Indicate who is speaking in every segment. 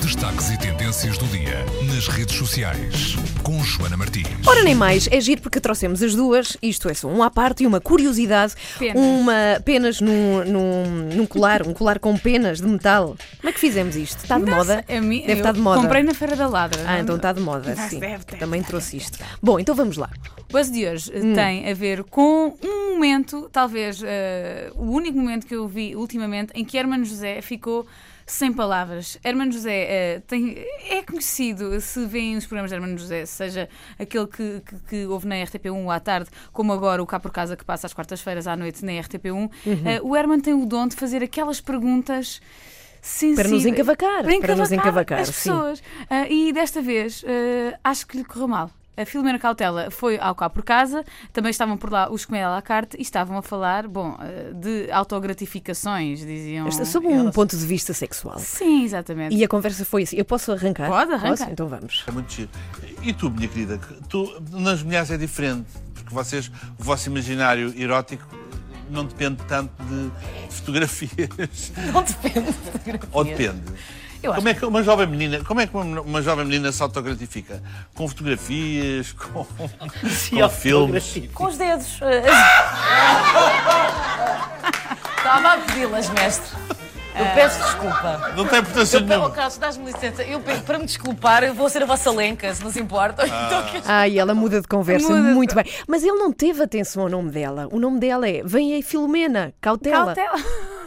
Speaker 1: destaques e tendências do dia nas redes sociais com Joana Martins.
Speaker 2: Ora nem mais, é giro porque trouxemos as duas, isto é só um à parte e uma curiosidade,
Speaker 3: Penas.
Speaker 2: uma penas num, num, num colar, um colar com penas de metal. Como é que fizemos isto? Está de
Speaker 3: Não
Speaker 2: moda?
Speaker 3: sei, a mim-
Speaker 2: Deve
Speaker 3: é eu
Speaker 2: estar de moda.
Speaker 3: Comprei na Feira da Ladra.
Speaker 2: Ah,
Speaker 3: não-
Speaker 2: então está de moda,
Speaker 3: Ah,
Speaker 2: sim.
Speaker 3: deve, deve,
Speaker 2: Também trouxe isto. Bom, então vamos lá.
Speaker 3: O buzz de hoje
Speaker 2: Hum.
Speaker 3: eh, tem a ver com um momento, talvez eh, o único momento que eu vi ultimamente, em que Hermano José ficou sem palavras. Hermano José eh, tem- é conhecido, se vêem os programas de Hermano José, seja aquele que, que, que houve na RTP1 à tarde, como agora o Cá por Casa que passa às quartas-feiras à noite na
Speaker 2: Uhum.
Speaker 3: RTP1, eh, o Herman tem o dom de fazer aquelas perguntas.
Speaker 2: Para nos
Speaker 3: sensíveis-
Speaker 2: encavacar, para nos encavacar,
Speaker 3: as
Speaker 2: sim.
Speaker 3: pessoas. pessoas. Ah, e desta vez ah, acho que lhe correu mal. A Filomena Cautela foi ao cá por casa, também estavam por lá os Comédia à la carte e estavam a falar, bom, ah, de autogratificações, diziam.
Speaker 2: Sob um
Speaker 3: elas.
Speaker 2: ponto de vista sexual.
Speaker 3: Sim, exatamente.
Speaker 2: E a conversa foi assim. Eu posso arrancar?
Speaker 3: Pode, arranca.
Speaker 2: Posso? Então vamos.
Speaker 4: É muito giro. E tu, minha querida, que tu, nas mulheres é diferente, porque vocês, o vosso imaginário erótico não depende tanto de fotografias.
Speaker 5: Não depende. de fotografia.
Speaker 4: Ou depende?
Speaker 3: Eu acho
Speaker 4: Como é que uma jovem menina, como é que uma, uma jovem menina se autogratifica? Com fotografias, com, com filmes.
Speaker 5: Com os dedos. Estava a pedi-las, mestre. Eu peço desculpa.
Speaker 4: Não tem importância
Speaker 5: Eu pe- oh,
Speaker 4: nenhuma.
Speaker 5: Carlos, dás-me licença. Eu pe- para me desculpar, eu vou ser a vossa lenca, se não se importa. Então, que-
Speaker 2: Ai, ela muda de conversa,
Speaker 3: Muda de-
Speaker 2: muito bem. Mas ele não teve atenção ao nome dela. O nome dela é Vem aí Filomena, cautela.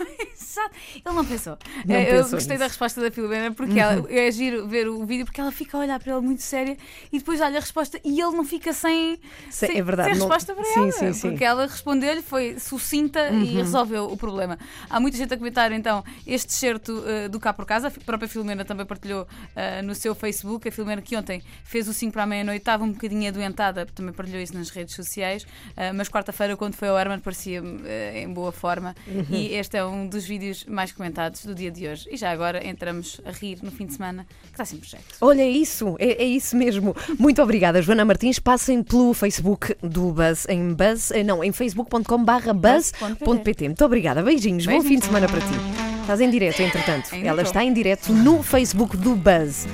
Speaker 3: Exato. Ele não pensou.
Speaker 2: Não
Speaker 3: Eh, eu
Speaker 2: pensou
Speaker 3: gostei
Speaker 2: nisso. Uhum.
Speaker 3: da resposta da Filomena porque ela, é giro ver o vídeo porque ela fica a olhar para ele muito séria e depois olha a resposta e ele não fica sem,
Speaker 2: Se-
Speaker 3: sem,
Speaker 2: é verdade,
Speaker 3: sem
Speaker 2: não-
Speaker 3: resposta para
Speaker 2: sim,
Speaker 3: ela.
Speaker 2: sim, Uhum. sim.
Speaker 3: Porque ela respondeu-lhe, foi sucinta e resolveu o problema. Há muita gente a comentar então este certo eh, do Cá por Casa. A fi- própria Filomena também partilhou eh, no seu Facebook. A Filomena que ontem fez o 5 para a meia-noite estava um bocadinho adoentada, também partilhou isso nas redes sociais. eh, mas quarta-feira, quando foi ao Herman, parecia eh, em boa forma.
Speaker 2: Uhum.
Speaker 3: E este é um dos vídeos mais comentados do dia de hoje. E já agora entramos a rir no fim de semana, que está sempre jeito.
Speaker 2: Olha, é isso, é, é isso mesmo. Muito obrigada, Joana Martins. Passem pelo Facebook do Buzz, em Buzz, eh, não, em facebook.com barra buzz.pt. Muito obrigada, beijinhos, bom
Speaker 3: Beijinhos.
Speaker 2: fim de semana para ti. Estás em direto, entretanto.
Speaker 3: Ainda
Speaker 2: Ela
Speaker 3: tô.
Speaker 2: está em direto no Facebook do Buzz.